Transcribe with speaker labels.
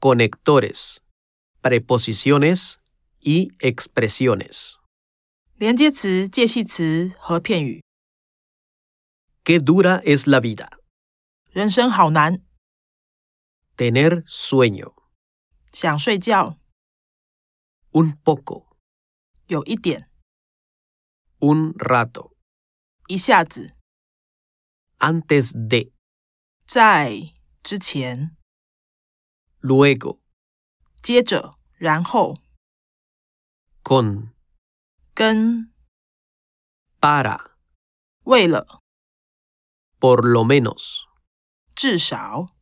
Speaker 1: conectores, preposiciones y expresiones.
Speaker 2: 连接词、介系词和片语。
Speaker 1: Qué dura es la vida.
Speaker 2: 人生好难，
Speaker 1: Tener sueño.
Speaker 2: 想睡觉，
Speaker 1: Un poco.
Speaker 2: 有一点，
Speaker 1: Un rato.
Speaker 2: 一下子，
Speaker 1: Antes de.
Speaker 2: 在之前，
Speaker 1: Luego.
Speaker 2: 接着，然后，
Speaker 1: Con.
Speaker 2: 跟，
Speaker 1: Para.
Speaker 2: 为了，
Speaker 1: Por lo menos.
Speaker 2: 至少。